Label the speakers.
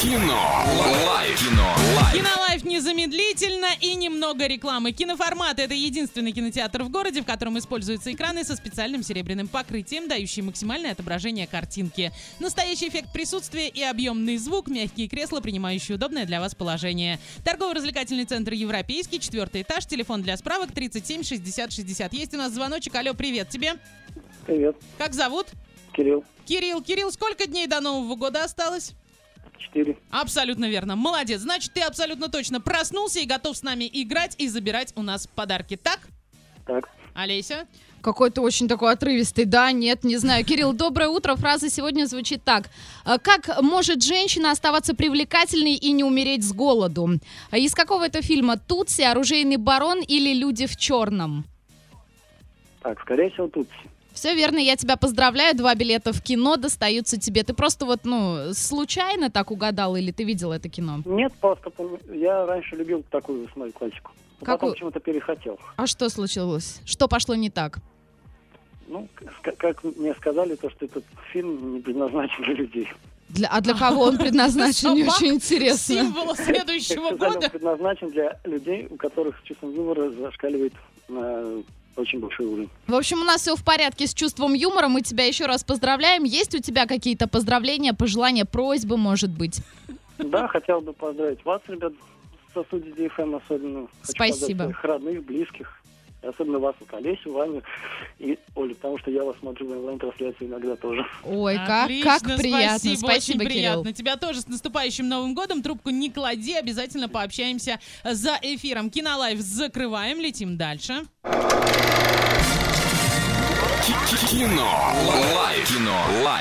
Speaker 1: Кино. Лайф. Кино. Лайф.
Speaker 2: Кинолайф незамедлительно и немного рекламы. Киноформат — это единственный кинотеатр в городе, в котором используются экраны со специальным серебряным покрытием, дающие максимальное отображение картинки. Настоящий эффект присутствия и объемный звук, мягкие кресла, принимающие удобное для вас положение. Торгово-развлекательный центр «Европейский», четвертый этаж, телефон для справок 37 60 60. Есть у нас звоночек. Алло, привет тебе.
Speaker 3: Привет,
Speaker 2: Как зовут?
Speaker 3: Кирилл.
Speaker 2: Кирилл. Кирилл, сколько дней до Нового года осталось?
Speaker 3: Четыре.
Speaker 2: Абсолютно верно. Молодец. Значит, ты абсолютно точно проснулся и готов с нами играть и забирать у нас подарки. Так,
Speaker 3: Так.
Speaker 2: Олеся?
Speaker 4: Какой-то очень такой отрывистый, да, нет, не знаю. Кирилл, доброе утро. Фраза сегодня звучит так. Э, Как может женщина оставаться привлекательной и не умереть с голоду? Э, Из какого это фильма? Тутси, оружейный барон или люди в черном?
Speaker 3: Так, скорее всего, тут.
Speaker 4: Все верно, я тебя поздравляю. Два билета в кино достаются тебе. Ты просто вот, ну, случайно так угадал или ты видел это кино?
Speaker 3: Нет, просто пом- я раньше любил такую весной классику. Но
Speaker 4: Какую?
Speaker 3: потом почему-то перехотел.
Speaker 4: А что случилось? Что пошло не так?
Speaker 3: Ну, к- как мне сказали, то, что этот фильм не предназначен для людей.
Speaker 4: Для, а для кого он предназначен? Мне
Speaker 2: Собак
Speaker 4: очень интересно.
Speaker 2: Символа
Speaker 3: Как
Speaker 2: следующего
Speaker 3: сказали, он
Speaker 2: года.
Speaker 3: предназначен для людей, у которых чувство юмора зашкаливает на очень большой уровень.
Speaker 4: В общем, у нас все в порядке с чувством юмора. Мы тебя еще раз поздравляем. Есть у тебя какие-то поздравления, пожелания, просьбы, может быть?
Speaker 3: Да, хотел бы поздравить вас, ребят, со студией DFM особенно. Хочу
Speaker 4: Спасибо.
Speaker 3: поздравить своих родных, близких. И Особенно вас, вот, Олесю, Ваню и Олю, потому что я вас смотрю в онлайн-трансляции иногда тоже.
Speaker 4: Ой, как,
Speaker 2: Отлично,
Speaker 4: как приятно. Спасибо,
Speaker 2: очень
Speaker 4: Кирилл.
Speaker 2: приятно. Тебя тоже с наступающим Новым годом. Трубку не клади, обязательно пообщаемся за эфиром. Кинолайф закрываем, летим дальше.
Speaker 1: Кино. Лайф. Кино. Лайф.